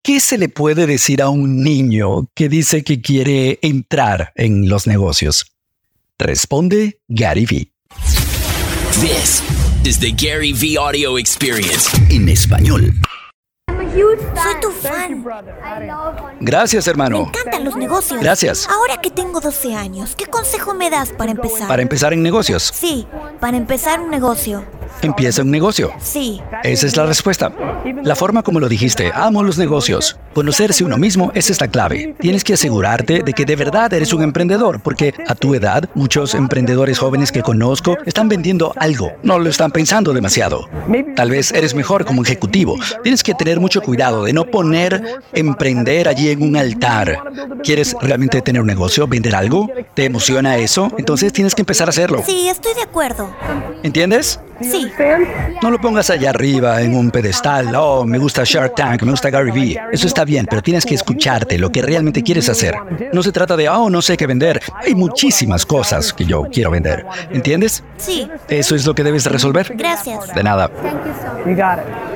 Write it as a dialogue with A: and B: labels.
A: ¿Qué se le puede decir a un niño que dice que quiere entrar en los negocios? Responde Gary Vee.
B: This is the Gary V Audio Experience.
C: en español.
D: Soy tu fan.
A: Gracias,
D: Me
A: hermano.
D: encantan los negocios.
A: Gracias.
D: Ahora que tengo 12 años, ¿qué consejo me das para empezar?
A: Para empezar en negocios,
D: sí, para empezar un negocio.
A: empieza un negocio.
D: Sí.
A: Esa es la respuesta. La forma como lo dijiste, amo los negocios. Conocerse uno mismo, esa es la clave. Tienes que asegurarte de que de verdad eres un emprendedor, porque a tu edad, muchos emprendedores jóvenes que conozco están vendiendo algo. No lo están pensando demasiado. Tal vez eres mejor como ejecutivo. Tienes que tener mucho cuidado de no poner emprender allí en un altar. ¿Quieres realmente tener un negocio, vender algo? ¿Te emociona eso? Entonces tienes que empezar a hacerlo.
D: Sí, estoy de acuerdo.
A: ¿Entiendes?
D: Sí.
A: No lo pongas allá arriba en un pedestal. Oh, me gusta Shark Tank, me gusta Gary Vee. Eso está bien, pero tienes que escucharte lo que realmente quieres hacer. No se trata de, oh, no sé qué vender. Hay muchísimas cosas que yo quiero vender. ¿Entiendes?
D: Sí.
A: Eso es lo que debes resolver.
D: Gracias.
A: De nada.
E: You got it.